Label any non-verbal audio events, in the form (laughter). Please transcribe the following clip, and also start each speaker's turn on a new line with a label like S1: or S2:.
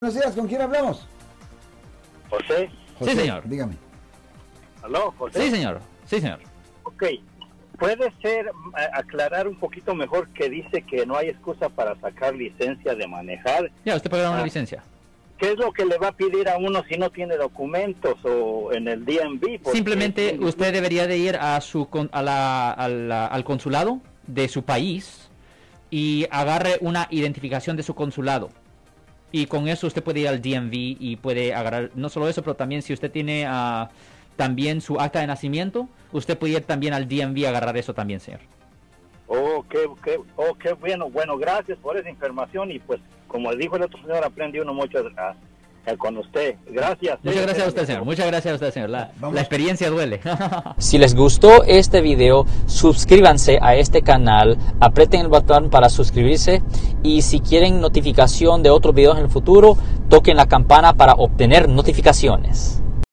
S1: Buenos días, ¿con quién hablamos?
S2: José,
S1: José,
S3: señor.
S1: Dígame.
S2: aló, José.
S3: Sí, señor. Sí, señor.
S2: Ok, ¿puede ser a- aclarar un poquito mejor que dice que no hay excusa para sacar licencia de manejar?
S3: Ya, usted pagará una
S2: Ah.
S3: licencia.
S2: ¿Qué es lo que le va a pedir a uno si no tiene documentos o en el DMV? Porque-
S3: Simplemente usted debería de ir a su con- a la- a la- al consulado de su país y agarre una identificación de su consulado. Y con eso usted puede ir al DMV y puede agarrar, no solo eso, pero también si usted tiene ah, también su acta de nacimiento, usted puede ir también al DMV a agarrar eso también, señor.
S2: Oh, qué, qué- oh, qué bueno. Bueno, gracias por esa información y pues, como dijo el otro señor, aprendí uno mucho ah, eh, con usted. Gracias.
S3: Muchas gracias a usted, señor. Muchas gracias a usted, señor. La,
S1: Vamos.
S3: la experiencia duele. (laughs)
S4: Si les gustó este video, suscríbanse a este canal, aprieten el botón para suscribirse y si quieren notificación de otros videos en el futuro, toquen la campana para obtener notificaciones.